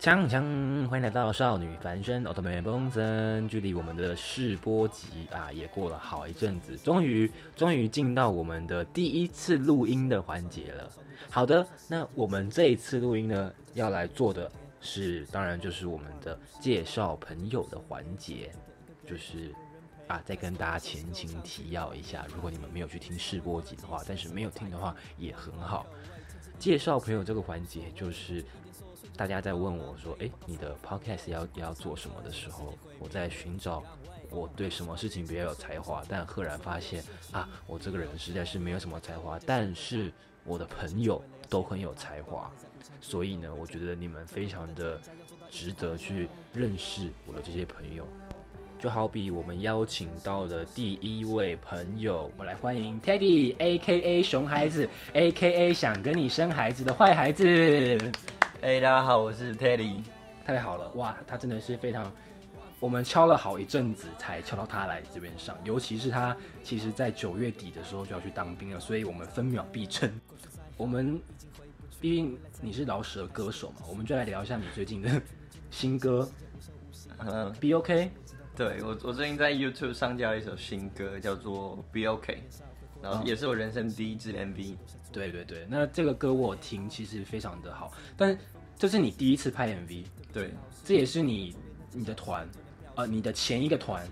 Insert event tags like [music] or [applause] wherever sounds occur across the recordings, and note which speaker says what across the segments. Speaker 1: 锵锵，欢迎来到少女凡身奥特曼崩森。距离我们的试播集啊，也过了好一阵子，终于终于进到我们的第一次录音的环节了。好的，那我们这一次录音呢，要来做的是，当然就是我们的介绍朋友的环节，就是啊，再跟大家前情提要一下，如果你们没有去听试播集的话，但是没有听的话也很好。介绍朋友这个环节，就是大家在问我说：“诶，你的 podcast 要要做什么的时候，我在寻找我对什么事情比较有才华，但赫然发现啊，我这个人实在是没有什么才华，但是我的朋友都很有才华，所以呢，我觉得你们非常的值得去认识我的这些朋友。就好比我们邀请到的第一位朋友，我们来欢迎 Teddy A.K.A 熊孩子 A.K.A 想跟你生孩子的坏孩子。
Speaker 2: 哎、大家好，我是 Terry。
Speaker 1: 太好了，哇，他真的是非常，我们敲了好一阵子才敲到他来这边上，尤其是他其实在九月底的时候就要去当兵了，所以我们分秒必争。我们毕竟你是饶舌歌手嘛，我们就来聊一下你最近的新歌
Speaker 2: 嗯，
Speaker 1: 《B OK》。
Speaker 2: 对我，我最近在 YouTube 上架了一首新歌，叫做《Be OK》，然后也是我人生第一支 MV。
Speaker 1: 对对对，那这个歌我有听其实非常的好，但这是你第一次拍 MV，
Speaker 2: 对，
Speaker 1: 这也是你你的团，呃，你的前一个团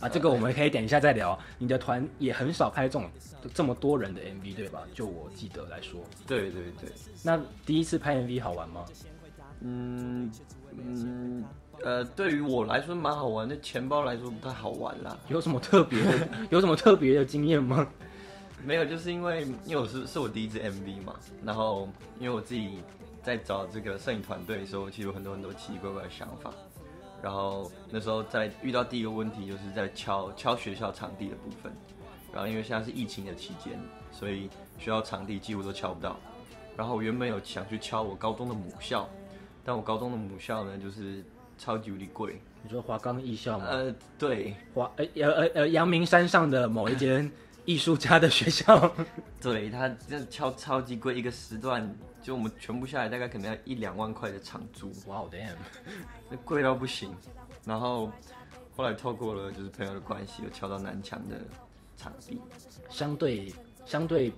Speaker 1: 啊，这个我们可以等一下再聊。你的团也很少拍这种这么多人的 MV 对吧？就我记得来说，
Speaker 2: 对对对，
Speaker 1: 那第一次拍 MV 好玩吗？ [laughs]
Speaker 2: 嗯嗯，呃，对于我来说蛮好玩，对钱包来说不太好玩啦。
Speaker 1: 有什么特别的 [laughs] 有什么特别的经验吗？
Speaker 2: 没有，就是因为因为我是是我第一支 MV 嘛，然后因为我自己在找这个摄影团队的时候，其实有很多很多奇奇怪怪的想法。然后那时候在遇到第一个问题，就是在敲敲学校场地的部分。然后因为现在是疫情的期间，所以学校场地几乎都敲不到。然后我原本有想去敲我高中的母校，但我高中的母校呢，就是超级无敌贵。
Speaker 1: 你说华冈艺校吗？
Speaker 2: 呃，对，
Speaker 1: 华呃呃呃阳明山上的某一间艺术家的学 [laughs] 校。
Speaker 2: 对他这超超级贵，一个时段就我们全部下来大概可能要一两万块的场租，
Speaker 1: 哇、wow, damn！
Speaker 2: 那贵到不行。然后后来透过了就是朋友的关系，又敲到南墙的场地。
Speaker 1: 相对相对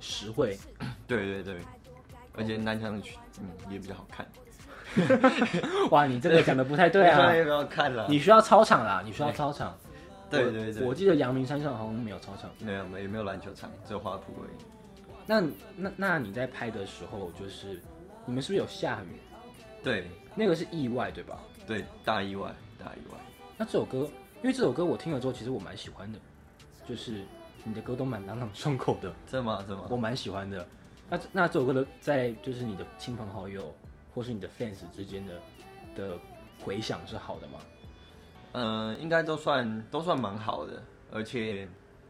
Speaker 1: 实惠，
Speaker 2: 对对对，而且南墙的区嗯也比较好看。
Speaker 1: 哇，你这个讲的不太 [laughs] 对啊！
Speaker 2: [laughs] 也比较好看了。
Speaker 1: 你需要操场啦，你需要操场。
Speaker 2: 对对
Speaker 1: 我
Speaker 2: 对，
Speaker 1: 记得阳明山上好像没有操场。
Speaker 2: 没有没有也没有篮球场，只有花圃而已。
Speaker 1: 那那那你在拍的时候，就是你们是不是有下雨？
Speaker 2: 对
Speaker 1: 那个是意外对吧？
Speaker 2: 对，大意外大意外。
Speaker 1: 那这首歌，因为这首歌我听了之后，其实我蛮喜欢的，就是你的歌都蛮朗朗上口
Speaker 2: [laughs]
Speaker 1: 的，
Speaker 2: 这吗这吗？
Speaker 1: 我蛮喜欢的。那那这首歌的在就是你的亲朋好友或是你的 fans 之间的的回响是好的吗？
Speaker 2: 嗯，应该都算都算蛮好的，而且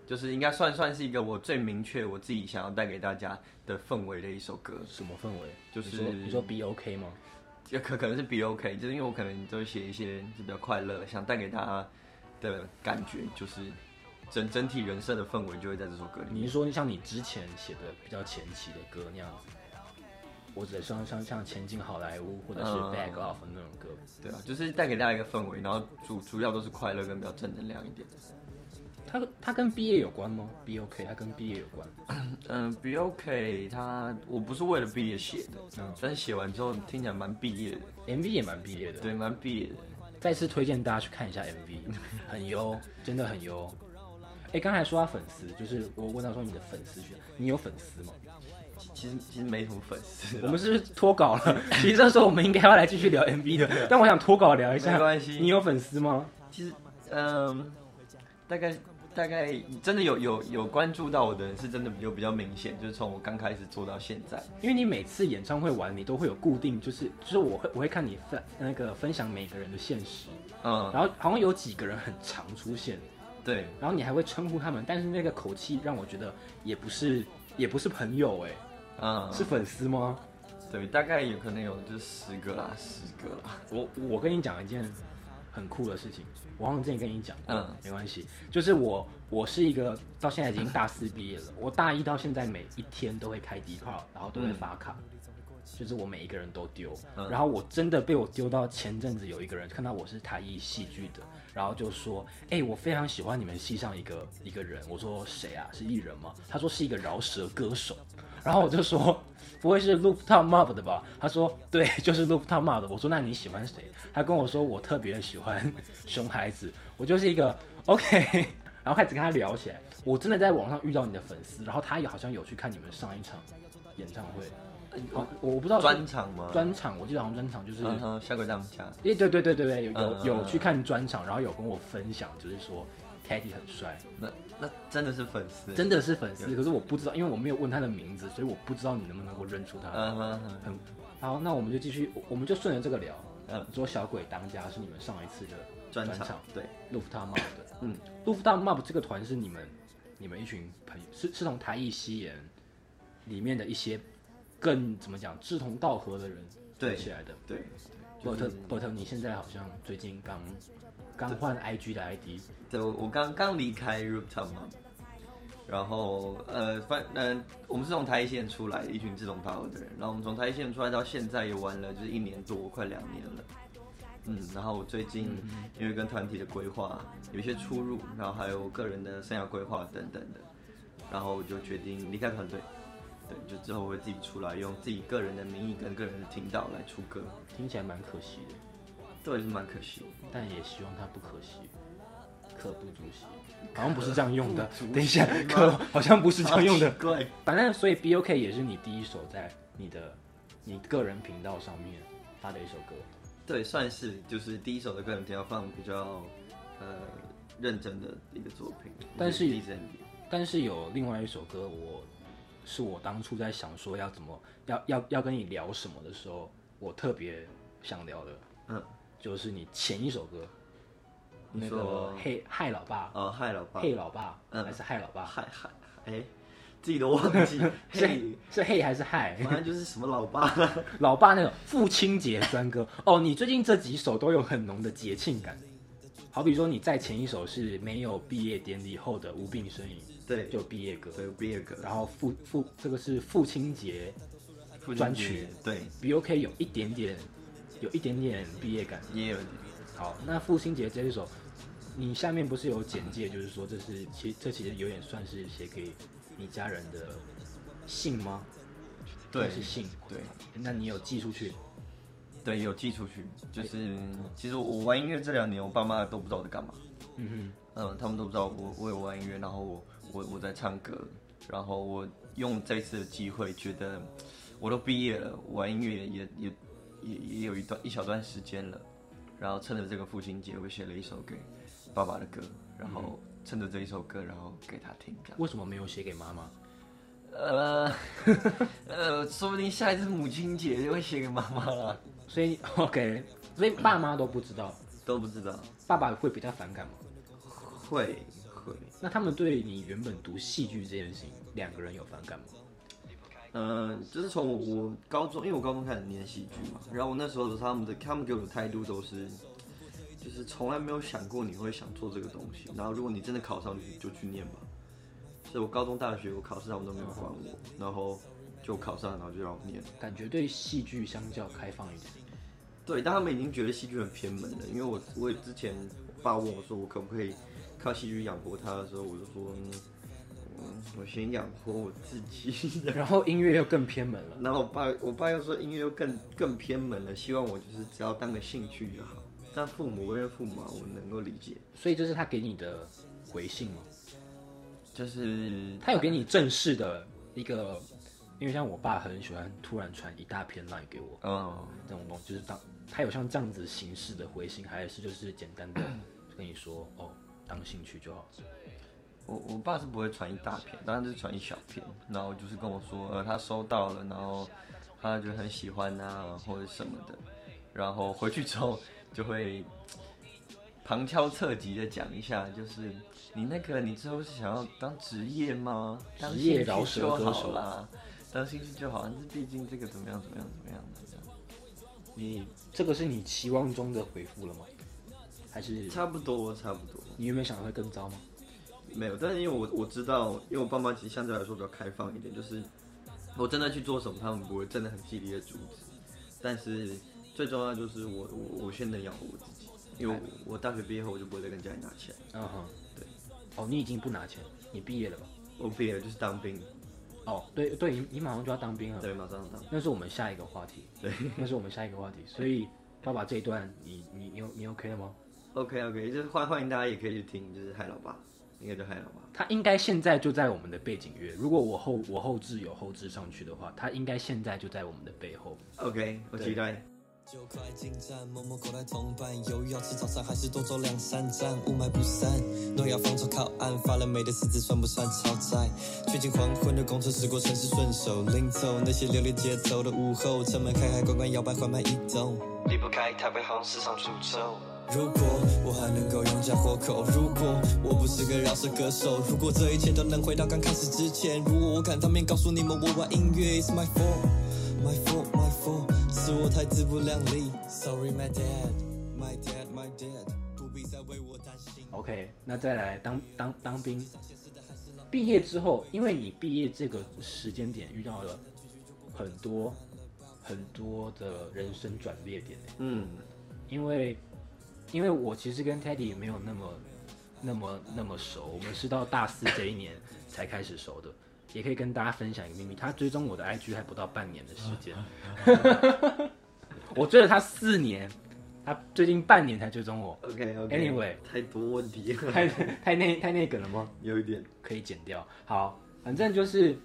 Speaker 2: 就是应该算算是一个我最明确我自己想要带给大家的氛围的一首歌，
Speaker 1: 什么氛围？
Speaker 2: 就是
Speaker 1: 你说你说 B OK 吗？
Speaker 2: 也可可能是 B OK，就是因为我可能都写一些就比较快乐，想带给大家的感觉就是整整体人生的氛围就会在这首歌里
Speaker 1: 你
Speaker 2: 面。
Speaker 1: 是说像你之前写的比较前期的歌那样子？我指的像像像前进好莱坞或者是
Speaker 2: 嗯
Speaker 1: Back Off 那种歌。
Speaker 2: 对啊，就是带给大家一个氛围，然后主主要都是快乐跟比较正能量一点。
Speaker 1: 它它跟毕业有关吗？B OK，它跟毕业有关。
Speaker 2: 嗯，B OK，它我不是为了毕业写的，
Speaker 1: 嗯
Speaker 2: 但是写完之后听起来蛮毕业的，
Speaker 1: MV 也蛮毕业的。
Speaker 2: 对，蛮毕业的。
Speaker 1: 再次推荐大家去看一下
Speaker 2: [laughs]
Speaker 1: MV，很优，真的很优。哎，刚才说到粉丝，就是我问他说你的粉丝群，你有粉丝吗？
Speaker 2: 啊其实其实没什么粉丝 [laughs]
Speaker 1: 我
Speaker 2: 啦，
Speaker 1: 们是不是脱稿了。 [laughs] 其实这时候我们应该要来继续聊 MV 的，但我想脱稿聊一下。
Speaker 2: 啊没关系
Speaker 1: 你有粉丝吗？
Speaker 2: 其实嗯，大概大概真的有有有关注到我的人是真的有比较明显，就是从我刚开始做到现在，
Speaker 1: 因为你每次演唱会完，你都会有固定，就是就是我会我会看你分那个分享每个人的现实，
Speaker 2: 嗯，
Speaker 1: 然后好像有几个人很常出现，
Speaker 2: 对，
Speaker 1: 然后你还会称呼他们，但是那个口气让我觉得也不是也不是朋友哎、
Speaker 2: 嗯，
Speaker 1: 是粉丝吗？
Speaker 2: 对，大概有可能有就十个啦，十个啦，
Speaker 1: 我我跟你讲一件很酷的事情，我忘了之前跟你讲，
Speaker 2: 嗯，
Speaker 1: 没关系，就是我我是一个到现在已经大四毕业了，我大一到现在每一天都会开 D 炮，然后都会发卡，就是我每一个人都丢，
Speaker 2: 嗯
Speaker 1: 然后我真的被我丢到前阵子有一个人看到我是台艺戏剧的，然后就说：“哎、我非常喜欢你们戏上一个一个人。”我说：“谁啊？是艺人吗？”他说：“是一个饶舌歌手。”然后我就说：“不会是 Rooftop Mob 的吧？”他说：“对，就是 Rooftop Mob 的。”我说：“那你喜欢谁？”他跟我说：“我特别喜欢熊孩子。”我就是一个 OK，然后 [laughs] 开始跟他聊起来。我真的在网上遇到你的粉丝，然后他也好像有去看你们上一场演唱会。好，我我不知道是
Speaker 2: 哎专场吗？
Speaker 1: 专场，我记得好像专场就是，
Speaker 2: 嗯哼，下个当家。
Speaker 1: 诶，对对对对对，有
Speaker 2: 嗯嗯
Speaker 1: 有有
Speaker 2: 嗯
Speaker 1: 去看专场，然后有跟我分享，就是说 Teddy 很帅，
Speaker 2: 那那真的是粉丝，
Speaker 1: 真的是粉丝，
Speaker 2: 有
Speaker 1: 可是我不知道，因为我没有问他的名字，所以我不知道你能不能够认出他。
Speaker 2: 嗯哼哼，
Speaker 1: 很好，那我们就继续，我我们就顺着这个聊。
Speaker 2: 嗯
Speaker 1: 说小鬼当家是你们上一次的
Speaker 2: 专
Speaker 1: 专
Speaker 2: 场
Speaker 1: 场
Speaker 2: 对，
Speaker 1: l u f t a m o b 的，
Speaker 2: 嗯，
Speaker 1: l u f t a m o b 这个团是你们你们一群朋友，是是从台艺西演里面的一些更怎么讲志同道合的人
Speaker 2: 对
Speaker 1: 起来的。
Speaker 2: 对，
Speaker 1: 伯
Speaker 2: 就
Speaker 1: 特
Speaker 2: 是，
Speaker 1: 伯特，你现在好像最近刚刚换 IG 的 ID，
Speaker 2: 对，我我刚刚离开 Rooftop 嘛，然后呃，反呃，我们是从台一线出来的一群志同道合的人，然后我们从台一线出来到现在也玩了就是一年多，快两年了。嗯，然后我最近
Speaker 1: 嗯
Speaker 2: 因为跟团体的规划有一些出入，然后还有个人的生涯规划等等的，然后我就决定离开团队，对，就之后我会自己出来，用自己个人的名义跟个人的频道来出歌，
Speaker 1: 听起来蛮可惜的，
Speaker 2: 对，是蛮可惜的。
Speaker 1: 但也希望他不可惜。可不足惜，好像不是这样用的。等一下，可好像不是这 [laughs] 样用的
Speaker 2: [laughs] 好。奇怪，
Speaker 1: 反正，所以 B O K 也是你第一首在你的你个人频道上面发的一首歌。
Speaker 2: 对，算是就是第一首的个人频道放比较呃认真的一个作品，
Speaker 1: 但是
Speaker 2: 第一整
Speaker 1: 但是有另外一首歌我，是我当初在想说要怎么要要要跟你聊什么的时候，我特别想聊的，
Speaker 2: 嗯，
Speaker 1: 就是你前一首歌，
Speaker 2: 你
Speaker 1: 那
Speaker 2: 说
Speaker 1: 个嘿嗨老爸，
Speaker 2: 哦嗨老爸，
Speaker 1: 嘿老爸，
Speaker 2: 嗯
Speaker 1: 还是嗨老爸，
Speaker 2: 嗨嗨哎，自己都忘
Speaker 1: [laughs]
Speaker 2: 记嘿
Speaker 1: 是，是嘿还是
Speaker 2: [laughs]
Speaker 1: 嗨？
Speaker 2: 反正就是什么老爸，
Speaker 1: 老爸那种父亲节专歌哦，你最近这几首都有很浓的节庆感，好比说你在前一首是没有毕业典礼后的无病呻吟，
Speaker 2: 对，
Speaker 1: 就毕业歌，
Speaker 2: 对毕业歌，
Speaker 1: 然后父父这个是父亲节
Speaker 2: 父亲
Speaker 1: 专
Speaker 2: 节
Speaker 1: 曲，
Speaker 2: 对，
Speaker 1: B O K 有一点点，有一点点毕业感。
Speaker 2: 也有点
Speaker 1: 好，那父亲节这一首，你下面不是有简介，就是说这是其实这其实有点算是写给你家人的信吗？
Speaker 2: 对
Speaker 1: 是信。
Speaker 2: 对
Speaker 1: 那你有寄出去？
Speaker 2: 对有寄出去，就是其实我玩音乐这两年，我爸妈都不知道我在干嘛，
Speaker 1: 嗯
Speaker 2: 嗯，他们都不知道我我有玩音乐，然后我我我在唱歌，然后我用这次的机会，觉得我都毕业了，玩音乐也也也也有一段一小段时间了，然后趁着这个父亲节，我写了一首给爸爸的歌，然后趁着这一首歌，然后给他听，这
Speaker 1: 哼
Speaker 2: 样，。
Speaker 1: 为什么没有写给妈妈？
Speaker 2: 呃 [laughs] 呃，说不定下一次母亲节就会写给妈妈了，
Speaker 1: 所以 [laughs] OK，所以爸妈都不知道，
Speaker 2: 都不知道，
Speaker 1: 爸爸会比较反感吗？
Speaker 2: 会会，
Speaker 1: 那他们对你原本读戏剧这件事情，两个人有反感吗？
Speaker 2: 嗯，就是从我我高中，因为我高中开始念戏剧嘛，然后我那时候他们的他们给我的态度都是，就是从来没有想过你会想做这个东西，然后如果你真的考上，你就去念吧。所以我高中、大学我考试他们都没有管我，然后就考上，然后就让我念。
Speaker 1: 感觉对戏剧相较开放一点。
Speaker 2: 对，但他们已经觉得戏剧很偏门了，因为我我也之前我爸问我说我可不可以靠戏剧养活他的时候，我就说，嗯，嗯我先养活我自己。
Speaker 1: 然后音乐又更偏门了。
Speaker 2: 然后我爸，我爸又说音乐又更更偏门了，希望我就是只要当个兴趣就好。但父母为人父母啊，我能够理解，
Speaker 1: 所以这是他给你的回信吗？
Speaker 2: 就是
Speaker 1: 他有给你正式的一个，因为像我爸很喜欢突然传一大篇 line 给我，
Speaker 2: 嗯，
Speaker 1: 这种东西就是当他有像这样子形式的回信，还是就是简单的跟你说哦，当兴趣就好。
Speaker 2: 我我爸是不会传一大片，当然就是传一小片，然后就是跟我说，呃，他收到了，然后他觉得很喜欢啊，或者什么的，然后回去之后就会旁敲侧击的讲一下，就是你那个你之后是想要当职业吗？当
Speaker 1: 职业
Speaker 2: 兴
Speaker 1: 饶
Speaker 2: 趣
Speaker 1: 舌
Speaker 2: 就
Speaker 1: 歌手
Speaker 2: 好啦，当兴趣就好，但是毕竟这个怎么样怎么样怎么样怎么样，
Speaker 1: 你这个是你期望中的回复了吗？还是
Speaker 2: 差不多差不多。
Speaker 1: 你有没有想到会更糟吗？
Speaker 2: 没有，但是因为我我知道，因为我爸妈其实相对来说比较开放一点，就是我真的去做什么，他们不会真的很极力的阻止。但是最重要的就是我我我现在养活我自己，因为我我大学毕业后我就不会再跟家里拿钱，
Speaker 1: 嗯哼，
Speaker 2: 对。
Speaker 1: 哦，你已经不拿钱，你毕业了吧？
Speaker 2: 我毕业就是当兵，
Speaker 1: 哦，对对，你你马上就要当兵了。
Speaker 2: 对，马上当。
Speaker 1: 那是我们下一个话题。
Speaker 2: 对，
Speaker 1: 那是我们下一个话题。所以，爸爸这一段，你你你你 OK 了吗？
Speaker 2: OK OK，就是欢欢迎大家也可以去听，就是嗨老爸，应该叫嗨老爸。
Speaker 1: 他应该现在就在我们的背景乐。如果我后我后置有后置上去的话，他应该现在就在我们的背后。
Speaker 2: OK，我期待。
Speaker 3: 就快进站，默默口袋同伴，犹豫要吃早餐还是多走两三站。雾霾不散，诺亚方舟靠岸，发了霉的狮子算不算超载？趋近黄昏的公车驶过城市，顺手拎走那些流连街头的午后，城门开开关关，摇摆缓慢移动，离不开台北好像是场诅咒。如果我还能够养家活口，如果我不是个饶舌歌手，如果这一切都能回到刚开始之前，如果我敢当面告诉你们我玩音乐，It's my fault，my fault，my fault，是我太自不量力。Sorry my dad，my dad，my dad，不必再为我担心。
Speaker 1: OK，那再来当当当兵，毕业之后，因为你毕业这个时间点遇到了很多很多的人生转捩点欸
Speaker 2: 嗯，
Speaker 1: 因为因为我其实跟 Teddy 没有那么那么那么熟，我们是到大四这一年才开始熟的。也可以跟大家分享一个秘密，他追踪我的 IG 还不到半年的时间，我追了他四年，他最近半年才追踪我，
Speaker 2: OK OK。
Speaker 1: Anyway
Speaker 2: 太多问题了，
Speaker 1: 太太那太那个了吗？
Speaker 2: [laughs] 有一点。
Speaker 1: 可以剪掉。好，反正就是，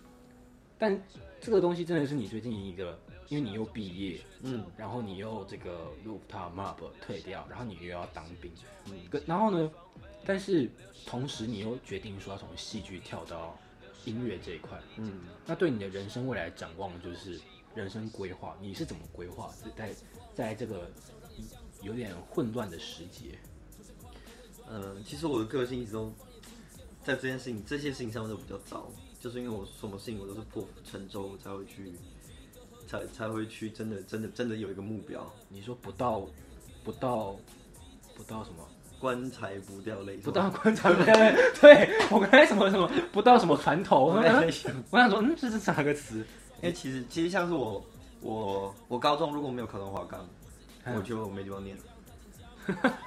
Speaker 1: 但这个东西真的是你最近一个，因为你又毕业，
Speaker 2: 嗯，
Speaker 1: 然后你又这个 rooftop mob 退掉，然后你又要当兵，跟然后呢，但是同时你又决定说要从戏剧跳到音乐这一块，
Speaker 2: 嗯，
Speaker 1: 那对你的人生未来展望就是人生规划，你是怎么规划？在在这个有点混乱的时节，
Speaker 2: 呃，其实我的个性一直都在这件事情、这些事情上面都比较糟，就是因为我什么事情我都是破釜沉舟，我才会去，才才会去真的、真的、真的有一个目标。
Speaker 1: 你说不到不到不到什么？
Speaker 2: 棺材不掉泪，
Speaker 1: 不到棺材不掉泪， [laughs] 对我刚才什么什么不到什么船头，
Speaker 2: 我 [laughs]
Speaker 1: 我 [laughs]
Speaker 2: 在
Speaker 1: 想
Speaker 2: 想，
Speaker 1: 我想说，嗯，这是哪个词？
Speaker 2: 因为其实其实像是我我我高中如果没有考上华冈，
Speaker 1: 嗯
Speaker 2: 我就没地方念，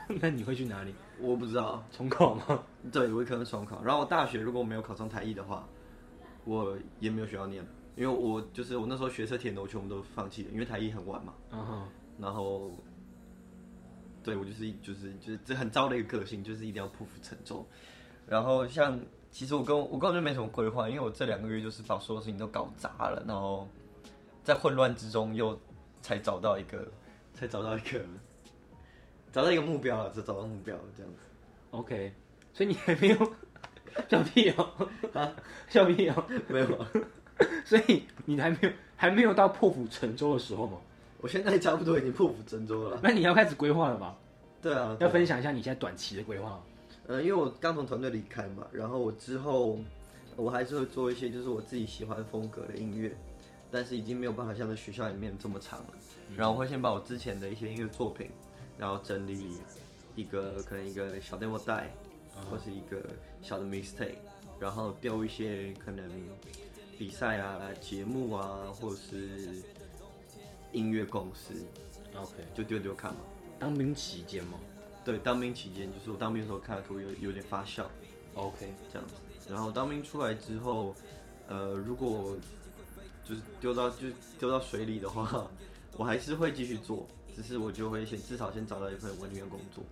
Speaker 1: [laughs] 那你会去哪里？
Speaker 2: 我不知道，
Speaker 1: 重考吗？
Speaker 2: 对我可能重考。然后我大学如果没有考上台艺的话，我也没有学校念，因为我就是我那时候学车铁我全部都放弃了，因为台艺很晚嘛。
Speaker 1: 嗯哼，
Speaker 2: 然后，对我就是就是就是这很糟的一个个性，就是一定要破釜沉舟。然后像其实我跟我根本就没什么规划，因为我这两个月就是把所有事情都搞砸了，然后在混乱之中又才找到一个，才找到一个，找到一个目标了，只找到目标了这样子。
Speaker 1: ，OK，所以你还没有 [laughs] 小屁哦， [laughs] 啊，小屁哦，
Speaker 2: 没有啊，
Speaker 1: 所以你还没有还没有到破釜沉舟的时候吗？
Speaker 2: 我现在差不多已经破釜沉舟了。
Speaker 1: 那你要开始规划了吧？
Speaker 2: 对啊，对
Speaker 1: 要
Speaker 2: 啊
Speaker 1: 分享一下你现在短期的规划吗。
Speaker 2: 呃，因为我刚从团队离开嘛，然后我之后我还是会做一些就是我自己喜欢风格的音乐，但是已经没有办法像在学校里面这么长了。然后我会先把我之前的一些音乐作品，然后整理一个可能一个小 demo 带，
Speaker 1: 啊
Speaker 2: 或是一个小的 mistake，然后丢一些可能比赛啊、节目啊，或是音乐公司，
Speaker 1: OK，
Speaker 2: 就丢丢看嘛。
Speaker 1: 当兵期间吗
Speaker 2: 对，当兵期间就是我当兵的时候看的图有有点发酵。
Speaker 1: ？OK，
Speaker 2: 这样子。然后当兵出来之后，呃，如果就是丢到就是丢到水里的话， [laughs] 我还是会继续做，只是我就会先至少先找到一份文员工作。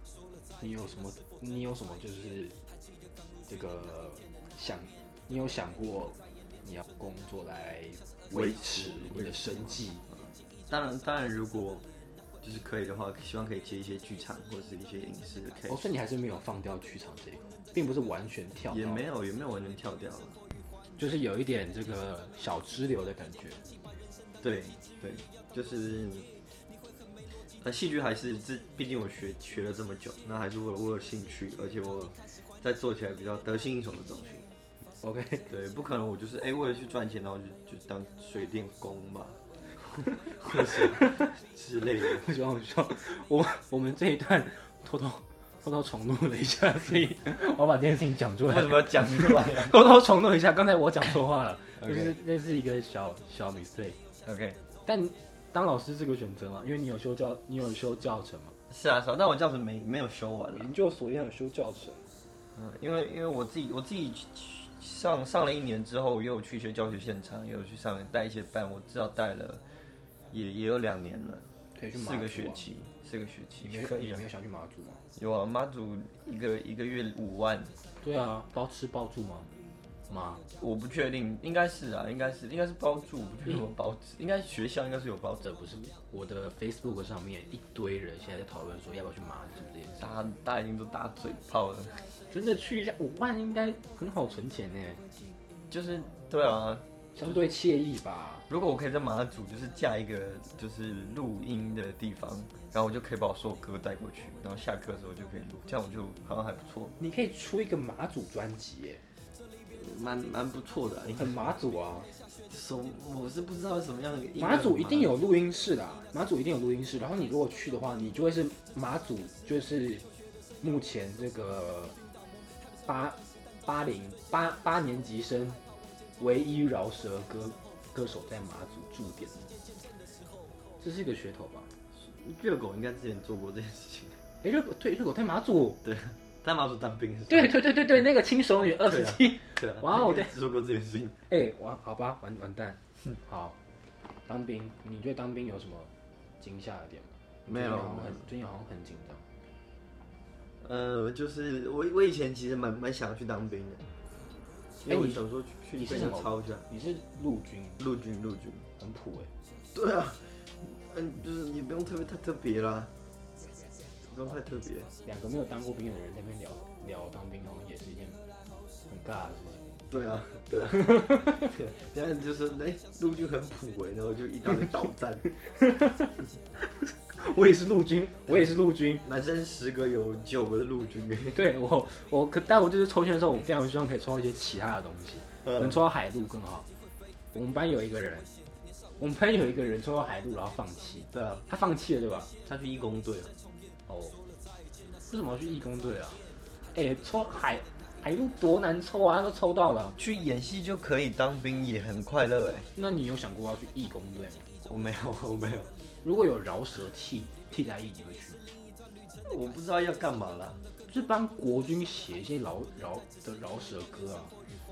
Speaker 1: 你有什么？你有什么就是这个想？你有想过你要工作来维持你的生计？
Speaker 2: 当然，当然如果就是可以的话，希望可以接一些剧场或者是一些影视的
Speaker 1: 哦，
Speaker 2: case，、
Speaker 1: 所以你还是没有放掉剧场这一块，并不是完全跳到，
Speaker 2: 也没有也没有完全跳掉了。
Speaker 1: 就是有一点这个小支流的感觉。
Speaker 2: 对对，就是。那戏剧还是这，毕竟我学学了这么久，那还是我我有兴趣，而且我在做起来比较得心应手的东西。
Speaker 1: OK，
Speaker 2: 对，不可能，我就是哎、为了去赚钱，然后就就当水电工吧，或者是之类的。
Speaker 1: 我喜欢我说，我我们这一段偷偷偷偷偷重录了一下，所以 [laughs] 我把这件事情讲出
Speaker 2: 为
Speaker 1: 来。
Speaker 2: 什么要讲出来呀
Speaker 1: [laughs] 偷偷重录一下，刚才我讲错话了，就
Speaker 2: OK
Speaker 1: 是那是一个小小 mistake。
Speaker 2: ？OK，
Speaker 1: 但当老师是个选择嘛，因为你有修教，你有修教程嘛，
Speaker 2: 是啊是啊，但我教程没没有修完了，
Speaker 1: 究所也有修教程。
Speaker 2: 嗯，因为因为我自己我自己去去上上了一年之后，又有去一些教学现场，又有去上带一些班，我至少带了也也有两年了，
Speaker 1: 可以去马
Speaker 2: 四
Speaker 1: 祖啊
Speaker 2: 个学期，四个学期
Speaker 1: 你没
Speaker 2: 可
Speaker 1: 有
Speaker 2: 以
Speaker 1: 也
Speaker 2: 啊
Speaker 1: 没有想去马祖吗？
Speaker 2: 有啊，妈祖一个一个月五万，
Speaker 1: 对啊，包吃包住吗？妈，
Speaker 2: 我不确定，应该是啊，应该是应该是包住，我不确定有没有包住，应该学校应该是有包住
Speaker 1: 这，不是我的 Facebook 上面一堆人现在在讨论说要不要去马祖这件事，
Speaker 2: 大家大家已经都打嘴炮了，
Speaker 1: 真的去一下五万应该很好存钱呢，
Speaker 2: [laughs] 就是对啊，
Speaker 1: 相对惬意吧。
Speaker 2: 如果我可以在马祖就是架一个就是录音的地方，然后我就可以把我所有歌带过去，然后下课的时候就可以录，这样我就好像还不错，
Speaker 1: 你可以出一个马祖专辑耶，
Speaker 2: 蛮蛮不错的、啊。
Speaker 1: 很马祖啊。
Speaker 2: 什我是不知道什么样的
Speaker 1: 马祖一定有录音室的啊，马祖一定有录音室。然后你如果去的话，你就会是马祖，就是目前这个八八零八八年级生唯一饶舌歌歌手在马祖驻点，这是一个噱头吧？
Speaker 2: 热狗应该之前做过这件事情，
Speaker 1: 哎，热狗对热狗在马祖，
Speaker 2: 在马祖当兵是
Speaker 1: 对
Speaker 2: [laughs]
Speaker 1: 对对对对，那个轻熟女二十七，
Speaker 2: 对啊
Speaker 1: 哇
Speaker 2: [laughs]
Speaker 1: 哦对，
Speaker 2: 做过这件事情。
Speaker 1: 哎完好吧完完蛋，好，当兵，你对当兵有什么惊吓的点吗？
Speaker 2: 没有
Speaker 1: 最近好像很最近好像很紧张。
Speaker 2: 呃，就是我我以前其实蛮蛮想要去当兵的，因为
Speaker 1: 哎
Speaker 2: 我
Speaker 1: 你
Speaker 2: 想说去
Speaker 1: 你是
Speaker 2: 去被
Speaker 1: 什
Speaker 2: 人
Speaker 1: 么
Speaker 2: 抄一下
Speaker 1: 你是陆军，
Speaker 2: 陆军陆军。
Speaker 1: 很普哎、
Speaker 2: 对啊，嗯，就是也不用特别太特别啦，不用太特别。
Speaker 1: 两个没有当过兵的人在那边聊聊当兵，好像也是一件很尬的事情。 [laughs]
Speaker 2: 对啊， [laughs] 对啊，然后就是哎，陆军很普哎，然后就一大堆导 [laughs] 弹，
Speaker 1: 我也是陆军，我也是陆军。
Speaker 2: 男生十个有九个是陆军哎，
Speaker 1: 对我，我可但我就是抽签的时候，我非常希望可以抽到一些其他的东西，
Speaker 2: 嗯
Speaker 1: 能抽到海陆更好。我们班有一个人，我们班有一个人抽到海陆，然后放弃，
Speaker 2: 对啊，
Speaker 1: 他放弃了对吧？
Speaker 2: 他去义工队啊
Speaker 1: 哦，为什么要去义工队啊？哎、抽海海陆多难抽啊，他都抽到了。
Speaker 2: 去演戏就可以当兵，也很快乐哎。
Speaker 1: 那你有想过要去义工队吗？
Speaker 2: 我没有，我没有，
Speaker 1: 如果有饶舌替替代役，你会去吗？
Speaker 2: 我不知道要干嘛啦。
Speaker 1: 就是帮国军写一些饶饶的饶舌歌啊，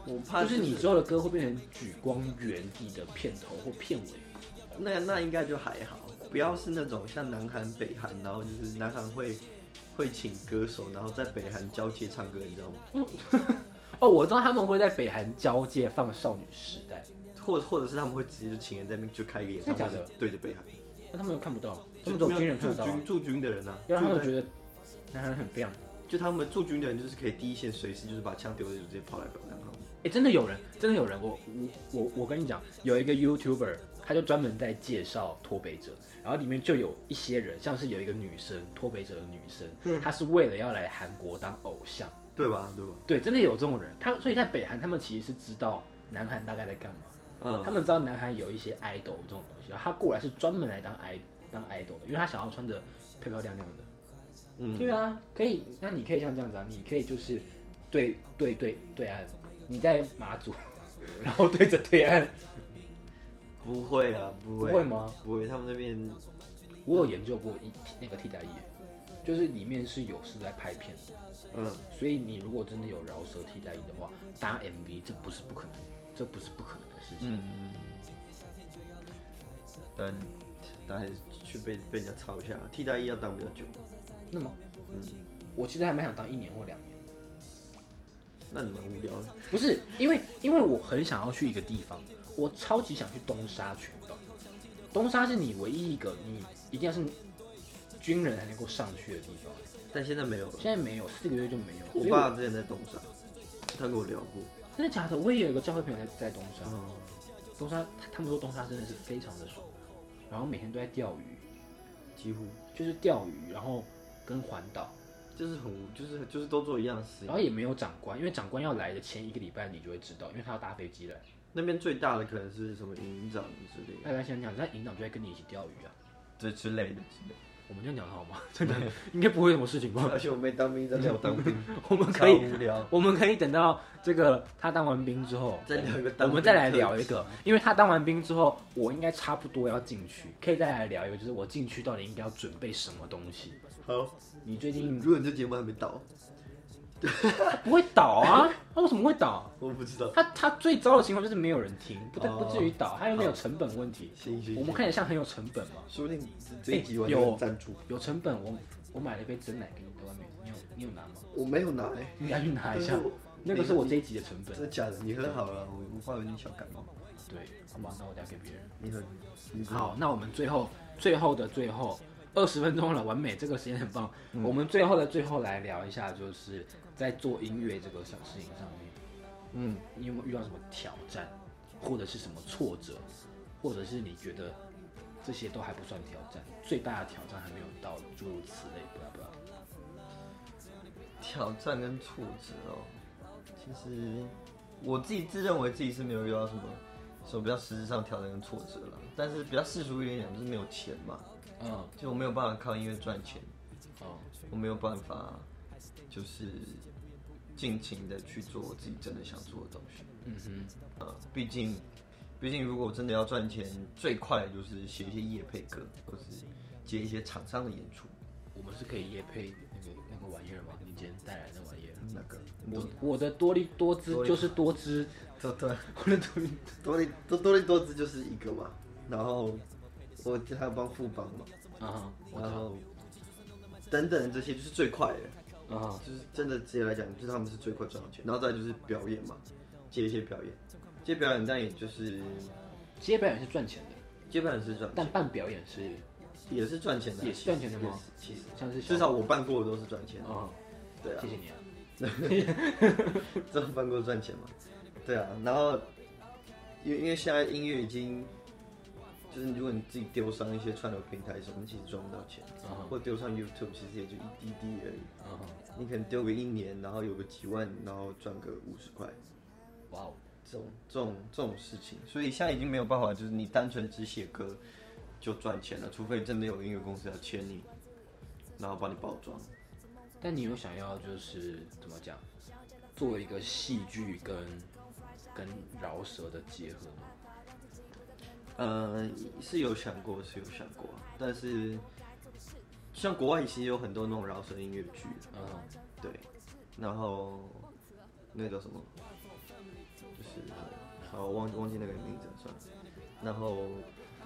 Speaker 2: 我怕
Speaker 1: 就是你之后的歌会变成举光原地的片头或片尾。
Speaker 2: 那那应该就还好，不要是那种像南韩、北韩，然后就是南韩会会请歌手，然后在北韩交接唱歌，你知道吗？
Speaker 1: 哦，我知道他们会在北韩交界放《少女时代》，
Speaker 2: 或或者是他们会直接就请人在那边就开一个演唱
Speaker 1: 真的
Speaker 2: 会
Speaker 1: 假的，
Speaker 2: 对着北韩，
Speaker 1: 那他们又看不到，他们只
Speaker 2: 就
Speaker 1: 有
Speaker 2: 没
Speaker 1: 军
Speaker 2: 有
Speaker 1: 人看
Speaker 2: 驻
Speaker 1: 得到啊，
Speaker 2: 军驻军的人啊，
Speaker 1: 要让他们
Speaker 2: 就
Speaker 1: 觉得男人很棒。
Speaker 2: 就他们驻军的人就是可以第一线随时就是把枪丢着就直接跑来北韩，
Speaker 1: 哎，真的有人，真的有人，我我我我跟你讲，有一个 YouTuber，他就专门在介绍脱北者，然后里面就有一些人，像是有一个女生，脱北者的女生，她是为了要来韩国当偶像。
Speaker 2: 对吧？对吧？
Speaker 1: 对，真的有这种人。他所以在北韩，他们其实是知道南韩大概在干嘛，他
Speaker 2: 嗯，
Speaker 1: 们知道南韩有一些 idol 这种东西，然后他过来是专门来当 i 当 idol 的，因为他想要穿的漂漂亮亮的。
Speaker 2: 嗯
Speaker 1: 对啊，可以，那你可以像这样子啊，你可以就是对对对对岸，你在马祖，然后对着对岸，
Speaker 2: 不会啊，不
Speaker 1: 不
Speaker 2: 会，
Speaker 1: 会吗？
Speaker 2: 不会，他们那边
Speaker 1: 我有研究过一那个替代役，就是里面是有是在拍片的，
Speaker 2: 嗯，
Speaker 1: 所以你如果真的有饶舌替代役的话，搭 MV 这不是不可能，这不是不可能的事情。
Speaker 2: 嗯，但但还是去被被人家抄一下，替代役要当比较久。
Speaker 1: 那么
Speaker 2: 嗯，
Speaker 1: 我其实还蛮想当一年或两年，
Speaker 2: 那你蛮无聊的。
Speaker 1: 不是因为因为我很想要去一个地方，我超级想去东沙群岛。东沙是你唯一一个你一定要是军人才能够上去的地方，
Speaker 2: 但现在没有了。
Speaker 1: 现在没有，四个月就没有。
Speaker 2: 我
Speaker 1: 所以
Speaker 2: 爸之前在东山，他跟我聊过。
Speaker 1: 真的假的？我也有一个教会朋友在在东沙，
Speaker 2: 嗯，
Speaker 1: 东沙他他们说东沙真的是非常的爽，然后每天都在钓鱼，
Speaker 2: 几乎
Speaker 1: 就是钓鱼，然后跟环岛，
Speaker 2: 就是很无，就是就是都做一样的事
Speaker 1: 然
Speaker 2: 情。
Speaker 1: 后也没有长官，因为长官要来的前一个礼拜你就会知道，因为他要搭飞机来。
Speaker 2: 那边最大的可能是什么营长之类的，
Speaker 1: 大家想想，那营长就在跟你一起钓鱼啊。
Speaker 2: 这之类的之类的。
Speaker 1: 我们就聊好吗？ [laughs] 真的应该不会有什么事情吧？
Speaker 2: [laughs] 而且我没当兵，真的有当 [laughs] 兵，
Speaker 1: 我们可以
Speaker 2: 超无聊。
Speaker 1: 我们可以等到这个他当完兵之后，
Speaker 2: 再聊一个当兵
Speaker 1: 我们再来聊一个，因为他当完兵之后，我应该差不多要进去，可以再来聊一个，就是我进去到底应该要准备什么东西。
Speaker 2: 好，
Speaker 1: 你最近
Speaker 2: 如果你这节目还没到，
Speaker 1: 不会倒啊？ [laughs] 他为什么会倒？
Speaker 2: 我不知道。
Speaker 1: 他他最糟的情况就是没有人听，不但
Speaker 2: 哦
Speaker 1: 不至于倒，他又没有成本问题。
Speaker 2: 行行
Speaker 1: 我们
Speaker 2: 行，
Speaker 1: 看起来像很有成本嘛，
Speaker 2: 说不定这一集完
Speaker 1: 哎有
Speaker 2: 全赞助，
Speaker 1: 有成本。我我买了一杯真奶给你，在外面，你有你有拿吗？
Speaker 2: 我没有拿哎，
Speaker 1: 你要去拿一下
Speaker 2: 但是我，
Speaker 1: 那个是我这一集的成
Speaker 2: 真的
Speaker 1: 本。
Speaker 2: 假的？你喝好了，我我怕有点小感冒。
Speaker 1: 对，好吧，那我等下给别人。
Speaker 2: 你喝，你不
Speaker 1: 好，，那我们最后最后的最后二十分钟了，完美，这个时间很棒。我们最后的最后来聊一下，就是在做音乐这个小事情上面，
Speaker 2: 嗯，
Speaker 1: 你有没有遇到什么挑战，或者是什么挫折，或者是你觉得这些都还不算挑战，最大的挑战还没有到，诸如此类，不要不要。
Speaker 2: 挑战跟挫折哦，其实我自己自认为自己是没有遇到什么什么比较实质上挑战跟挫折了，但是比较世俗一点讲就是没有钱嘛，
Speaker 1: 嗯，
Speaker 2: 就我没有办法靠音乐赚钱，
Speaker 1: 哦，
Speaker 2: 我没有办法就是尽情的去做我自己真的想做的东西。
Speaker 1: 嗯哼，
Speaker 2: 呃，毕竟，毕竟如果真的要赚钱，最快的就是写一些夜配歌，或是接一些厂商的演出。
Speaker 1: 我们是可以夜配那个那个玩意儿吗？你今天带来的玩意儿。
Speaker 2: 那个
Speaker 1: 我我的多利多姿
Speaker 2: 多利
Speaker 1: 就是多姿， [laughs]
Speaker 2: 多多
Speaker 1: 我的多利
Speaker 2: 多利多多利多姿就是一个嘛，然后我还有帮富邦嘛，
Speaker 1: 啊，我
Speaker 2: 然
Speaker 1: 操
Speaker 2: 后等等这些就是最快的，
Speaker 1: 啊，
Speaker 2: 就是真的直接来讲，就是他们是最快赚到钱。然后再就是表演嘛，接一些表演，接表演但也就是
Speaker 1: 接表演是赚钱的，
Speaker 2: 接表演是赚
Speaker 1: 但
Speaker 2: 钱，
Speaker 1: 办表演是
Speaker 2: 也是赚钱的啊，
Speaker 1: 也是赚钱的吗
Speaker 2: 其实？
Speaker 1: 像是
Speaker 2: 其
Speaker 1: 小
Speaker 2: 实至少我办过的都是赚钱的，
Speaker 1: 啊、
Speaker 2: 对啊
Speaker 1: 谢。谢你啊，
Speaker 2: 这种办公赚钱嘛，对啊，然后因为因为现在音乐已经，就是如果你自己丢上一些串流平台什么，其实赚不到钱，
Speaker 1: 嗯哼
Speaker 2: 或丢上 YouTube 其实也就一滴滴而已，
Speaker 1: 啊、
Speaker 2: 你可能丢个一年，然后有个几万，然后赚个五十块，
Speaker 1: 哇哦，
Speaker 2: 这种这种这种事情，所以现在已经没有办法，就是你单纯只写歌就赚钱了，除非真的有音乐公司要签你，然后帮你包装。
Speaker 1: 但你有想要就是怎么讲，做一个戏剧跟跟饶舌的结合吗？
Speaker 2: 呃，是有想过，是有想过，但是像国外其实有很多那种饶舌音乐剧，
Speaker 1: 嗯哼，
Speaker 2: 对，然后那个叫什么，就是好我忘忘记那个名字了算了，然后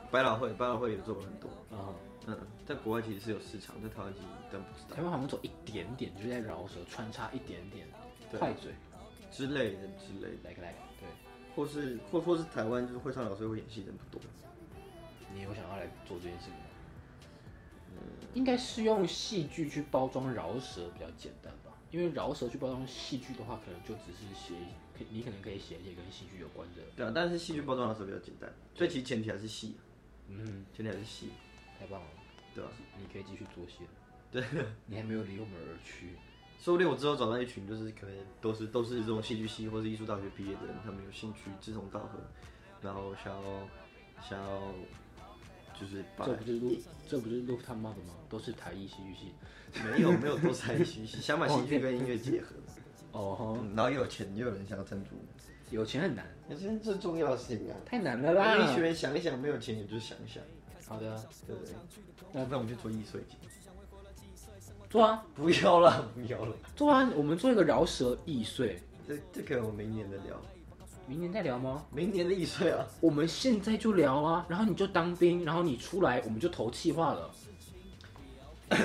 Speaker 2: 百老汇百老汇也做了很多，
Speaker 1: 嗯哼，
Speaker 2: 嗯，在国外其实是有市场，在台湾其实但不知
Speaker 1: 台
Speaker 2: 道
Speaker 1: 湾好像走一点点，就是在饶舌穿插一点点，
Speaker 2: 对
Speaker 1: 快嘴
Speaker 2: 之类的之类的，
Speaker 1: 来个来个，对，
Speaker 2: 或是或或是台湾就是会唱饶舌会演戏的人不多，
Speaker 1: 你有想要来做这件事情吗？嗯应该是用戏剧去包装饶舌比较简单吧，因为饶舌去包装戏剧的话，可能就只是写，可你可能可以写一些跟戏剧有关的，
Speaker 2: 对啊，但是戏剧包装饶舌比较简单，所以其实前提还是戏，
Speaker 1: 嗯，
Speaker 2: 前提还是戏，
Speaker 1: 太棒了，
Speaker 2: 对吧、
Speaker 1: 你可以继续做戏了。
Speaker 2: 对。
Speaker 1: [laughs] 你还没有离我们而去，
Speaker 2: 说不定我之后找到一群，就是可能都是都是这种戏剧系或是艺术大学毕业的人，他们有兴趣志同道合，然后想要想要就是把
Speaker 1: 这不是录，这不是录他妈的吗？都是台艺戏剧系。
Speaker 2: 没有没有多才戏剧，想把戏剧跟音乐结合，
Speaker 1: 哦，
Speaker 2: 嗯然后又有钱，又有人想要赞助，
Speaker 1: 有钱很难，
Speaker 2: 那这是最重要的事情啊！
Speaker 1: 太难了
Speaker 2: 我们一
Speaker 1: 啦。
Speaker 2: 群人想一想，没有钱也就想一想，
Speaker 1: 好的，
Speaker 2: 对不对？
Speaker 1: 那
Speaker 2: 那那我们去做艺术节，
Speaker 1: 做啊
Speaker 2: 不要了，不要了，
Speaker 1: 做啊，我们做一个饶舌易碎，
Speaker 2: 这这个我明年再聊，
Speaker 1: 明年再聊吗？
Speaker 2: 明年的艺术啊，
Speaker 1: 我们现在就聊啊，然后你就当兵，然后你出来我们就投气化了，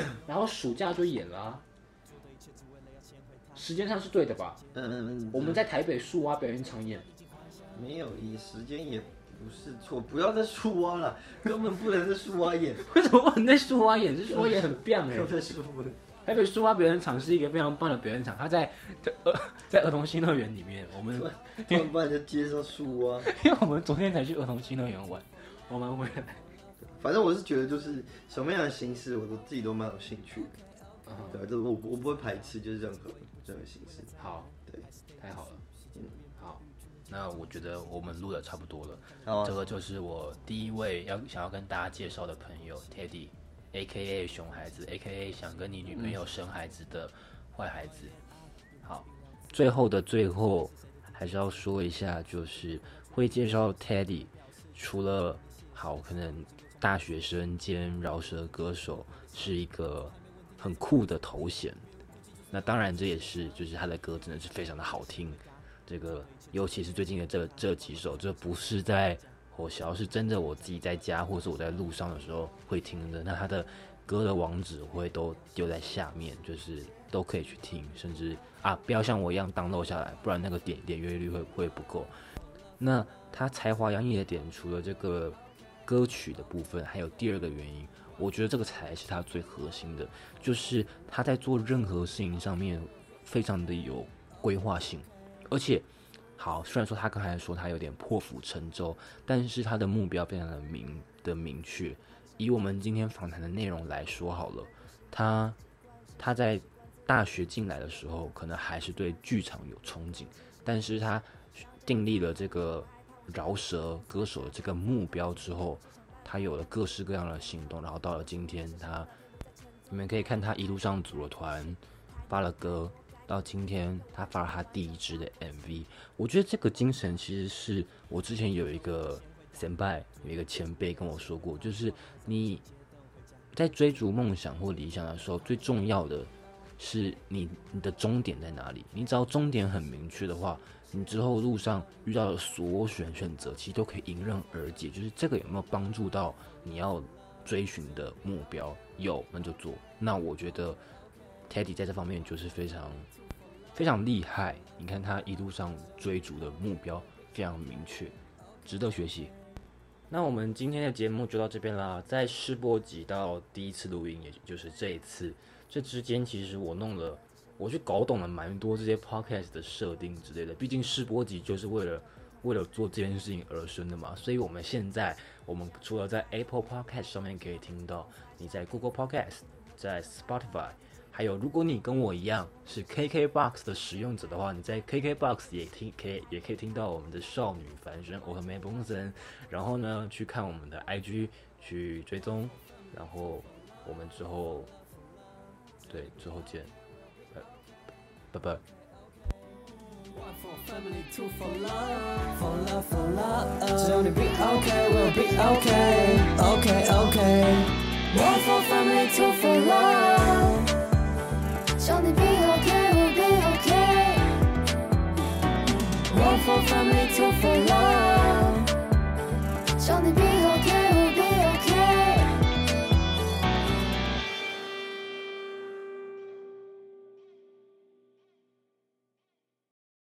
Speaker 1: [coughs] 然后暑假就演了、啊。时间上是对的吧？
Speaker 2: 嗯嗯嗯，
Speaker 1: 我们在台北树蛙表演场演， [laughs]
Speaker 2: 没有，你时间也不是错，不要再树蛙了， [laughs] 根本不能再树蛙演，
Speaker 1: 为什么我们在树蛙演？这树蛙演很棒哎、
Speaker 2: 不要再树蛙演。
Speaker 1: 台北书花表演场是一个非常棒的表演场，它在呃 [laughs] 在儿童新乐园里面。我们
Speaker 2: 突然不然就接啊上树蛙，
Speaker 1: 因为我们昨天才去儿童新乐园玩，我们回来，
Speaker 2: 反正我是觉得就是什么样的形式，我都自己都蛮有兴趣的，
Speaker 1: 嗯
Speaker 2: 对吧？就是我不我不会排斥，就是任何任何形式，
Speaker 1: 好，
Speaker 2: 对，
Speaker 1: 太好了，
Speaker 2: 嗯，
Speaker 1: 好。那我觉得我们录的差不多了，
Speaker 2: 好啊
Speaker 1: 这个就是我第一位要想要跟大家介绍的朋友 Teddy
Speaker 4: A K A 熊孩子，A K A 想跟你女朋友生孩子的坏孩子。好，最后的最后还是要说一下，就是会介绍 Teddy，除了好可能大学生兼饶舌歌手是一个很酷的头衔，那当然这也是就是他的歌真的是非常的好听，这个尤其是最近的这这几首，这不是在火小，是真的我自己在家或是我在路上的时候会听的。那他的歌的网址我会都丢在下面，就是都可以去听，甚至啊不要像我一样 download 下来，不然那个点点阅率会会不够。那他才华洋溢的点，除了这个歌曲的部分，还有第二个原因，我觉得这个才是他最核心的，就是他在做任何事情上面非常的有规划性，而且好，虽然说他刚才说他有点破釜沉舟，但是他的目标非常的明的明确。以我们今天访谈的内容来说好了，他他在大学进来的时候，可能还是对剧场有憧憬，但是他订立了这个饶舌歌手的这个目标之后，他有了各式各样的行动，然后到了今天，他你们可以看他一路上组了团，发了歌，到今天他发了他第一支的 MV。我觉得这个精神其实是我之前有一个前辈，有一个前辈跟我说过，就是你在追逐梦想或理想的时候，最重要的是你你的终点在哪里。你只要终点很明确的话，你之后路上遇到的所选选择，其实都可以迎刃而解。就是这个有没有帮助到你要追寻的目标？有，那就做。那我觉得 Teddy 在这方面就是非常非常厉害。你看他一路上追逐的目标非常明确，值得学习。那我们今天的节目就到这边啦。在试播集到第一次录音，也就是这一次，这之间其实我弄了，我去搞懂了蛮多这些 podcast 的设定之类的。毕竟试播集就是为了为了做这件事情而生的嘛。所以我们现在，我们除了在 Apple Podcast 上面可以听到，你在 Google Podcast，在 Spotify。还有，如果你跟我一样是 KKBOX 的使用者的话，你在 KKBOX 也听可以也可以听到我们的少女凡声 o 和 m a b o n s o n 然后呢，去看我们的 IG 去追踪，然后我们之后对之后见，拜拜拜。
Speaker 3: One for family, two for love. For love, for love. 只要你 be okay, we'll be okay. Okay, okay. One for family, two for love.
Speaker 5: 只要你 be okay, we'll be okay.
Speaker 3: One for family, two for love.
Speaker 5: 只要你 be